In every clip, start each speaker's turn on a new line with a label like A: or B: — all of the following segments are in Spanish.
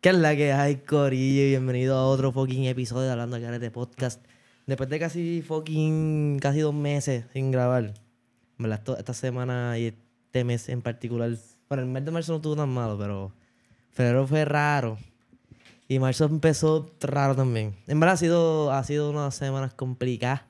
A: ¿Qué es la que hay, Corillo? Bienvenido a otro fucking episodio de Hablando al Garete Podcast. Después de casi fucking, casi dos meses sin grabar. En verdad, esto- Esta semana y este mes en particular. Bueno, el mes de marzo no estuvo tan malo, pero febrero fue raro. Y marzo empezó raro también. En verdad ha sido, ha sido unas semanas complicadas.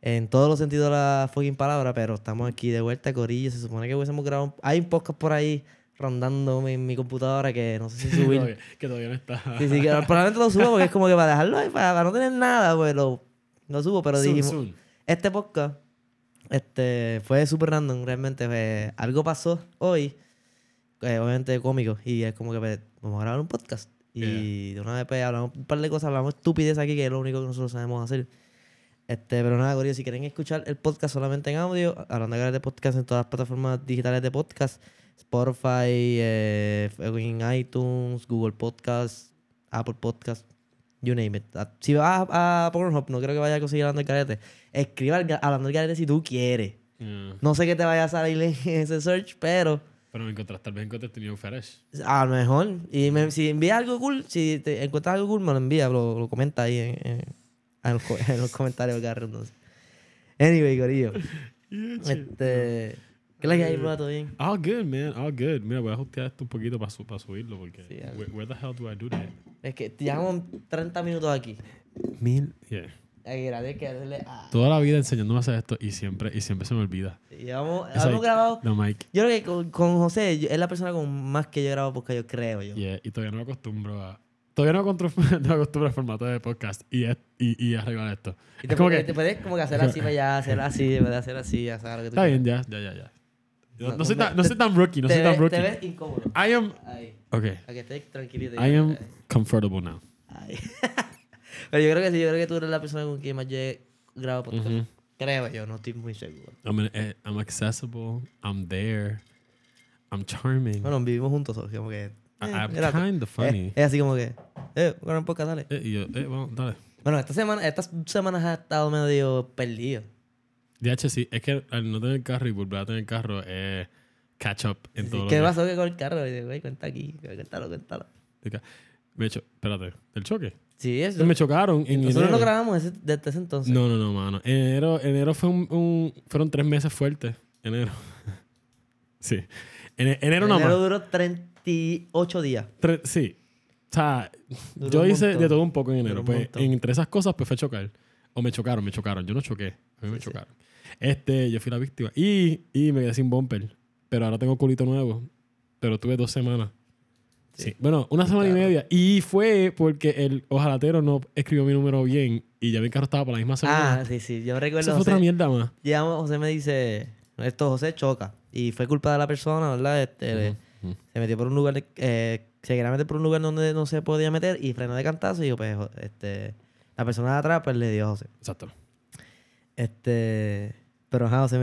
A: En todos los sentidos de la fucking palabra, pero estamos aquí de vuelta, Corillo. Se supone que hubiésemos grabado. un- Hay un podcast por ahí rondando mi, mi computadora que no sé si subir.
B: Todavía- que todavía no está.
A: Sí, sí, que probablemente lo subo porque es como que para dejarlo ahí, para, para no tener nada, pues lo, lo subo, pero
B: Soon,
A: dijimos,
B: soon.
A: este podcast este, fue súper random, realmente, fue- algo pasó hoy, eh, obviamente cómico, y es como que pues, vamos a grabar un podcast. Y de una vez pues, hablamos un par de cosas, hablamos estupidez aquí, que es lo único que nosotros sabemos hacer. Este, pero nada, Corillo, si quieren escuchar el podcast solamente en audio, hablando de de podcast en todas las plataformas digitales de podcast, Spotify, eh, en iTunes, Google Podcast, Apple Podcast, you name it. Ah, Si vas a, a Pornhub, no creo que vaya a conseguir hablando el carete. Escriba al ga- hablando el carete si tú quieres.
B: Ah,
A: No sé qué te vaya a salir en ese search, pero
B: pero me encontraste, tal vez encontraste un Feresh.
A: a lo mejor. Y me- si envías algo cool, si te encuentras algo cool, me lo envía, lo, lo comenta ahí en, en- en los, co- en los comentarios. Carre, entonces. Anyway, Corillo. este, ¿Qué es la que hay, bro? ¿Todo bien?
B: All good, man. All good. Mira, voy a ajustear esto un poquito para, para subirlo porque...
A: Sí, al-
B: where, where the hell do I do that?
A: Es que te llevamos 30 minutos aquí.
B: Mil. Yeah.
A: Ay, gracias, que hacerle a-
B: Toda la vida enseñándome a hacer esto y siempre, y siempre se me olvida.
A: Llevamos,
B: It's
A: hemos
B: like,
A: grabado.
B: No, Mike.
A: Yo creo que con, con José yo- es la persona con más que yo grabo porque yo creo yo.
B: Yeah, y todavía no me acostumbro a... Todavía no, acontro- no acostumbro al formato de podcast y, es- y, y arreglar esto.
A: Y
B: Es
A: te,
B: como
A: puedes,
B: que...
A: te puedes como que hacer así para allá, hacer así, para allá, hacer así, hacer lo que tú
B: Está
A: quieras.
B: bien, ya, ya, ya, ya. No,
A: No,
B: no soy,
A: no,
B: tan,
A: no,
B: no soy tan rookie, no
A: te,
B: soy tan
A: ves,
B: rookie.
A: te ves incómodo.
B: I am...
A: Ahí.
B: Ok.
A: Para que estés tranquilito.
B: I am comfortable now.
A: Ahí. Pero yo creo que sí, yo creo que tú eres la persona con quien más yo he grabado podcast.
B: Ujú.
A: Creo yo, no estoy muy seguro.
B: I'm an, eh, I'm accessible. I'm there. I'm charming.
A: Bueno, vivimos juntos, so, como que. eh,
B: I- Ah, I'm
A: mira,
B: kind of funny.
A: eh, es así como que. Eh, bueno, un podcast, dale.
B: Eh, y yo, eh, bueno, dale.
A: Bueno, esta semana, estas semanas ha estado medio perdido.
B: DH, sí, es que al no tener carro y volver a tener carro, eh, catch up en todo lo
A: ¿Qué
B: que-
A: pasó que con el carro? Y digo, güey, cuenta aquí, cuéntalo, cuéntalo.
B: de ca- Me cho- espérate, ¿el choque?
A: Sí, eso.
B: Me chocaron en
A: Nosotros no
B: enero.
A: grabamos ese- desde ese entonces.
B: no, no, no, mano. Enero, enero fue un, un- fueron tres meses fuertes. Enero. sí. En, e-,
A: Enero
B: enero nomás.
A: duró 38 días.
B: Tre- sí. O sea,
A: Duró
B: yo
A: un
B: hice
A: montón.
B: de todo un poco en
A: Duró
B: enero.
A: un
B: Pues,
A: montón.
B: entre esas cosas, pues fue chocar. O me chocaron, me chocaron. Yo no choqué. A mí me chocaron. Este, yo fui la víctima. Y, y me quedé sin bumper. Pero ahora tengo culito nuevo. Pero tuve dos semanas. Sí. Bueno, una semana y
A: claro.
B: media. Y fue porque el ojalatero no escribió mi número bien. Y ya mi carro estaba para la misma semana.
A: Ah, sí, sí. Yo
B: Eso
A: recuerdo.
B: fue otra
A: José,
B: mierda más.
A: llegamos, José me dice: Esto José choca. Y fue culpa de la persona, ¿verdad? Este, le-
B: ujú.
A: Se metió por un lugar. eh, se quería meter por un lugar donde no se podía meter y frenó de cantazo. Y yo, pues, jo- este, la persona de atrás, pues le dio a José.
B: Exacto.
A: Este. Pero ajá, José me